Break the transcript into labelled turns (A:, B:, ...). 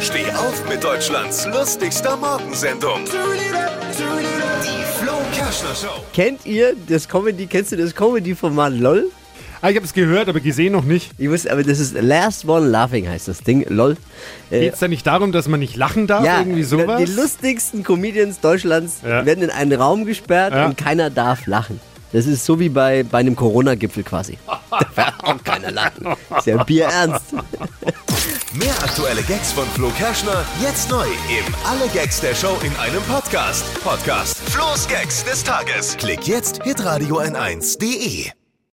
A: Steh auf mit Deutschlands lustigster Morgensendung. Die Flo Kerschner Show.
B: Kennt ihr das Comedy, kennst du das Comedy-Format LOL?
C: Ah, ich habe es gehört, aber gesehen noch nicht.
B: Ich wusste, aber das ist Last One Laughing heißt das Ding, LOL. Äh,
C: Geht es da nicht darum, dass man nicht lachen darf? irgendwie sowas?
B: die lustigsten Comedians Deutschlands
C: Ja.
B: werden in einen Raum gesperrt
C: Ja.
B: und keiner darf lachen. Das ist so wie bei, bei einem Corona-Gipfel quasi. Da darf auch keiner lachen. Ist ja bierernst.
A: Mehr aktuelle Gags von Flo Kerschner jetzt neu im Alle Gags der Show in einem Podcast. Podcast Flo's Gags des Tages. Klick jetzt hitradio n1.de.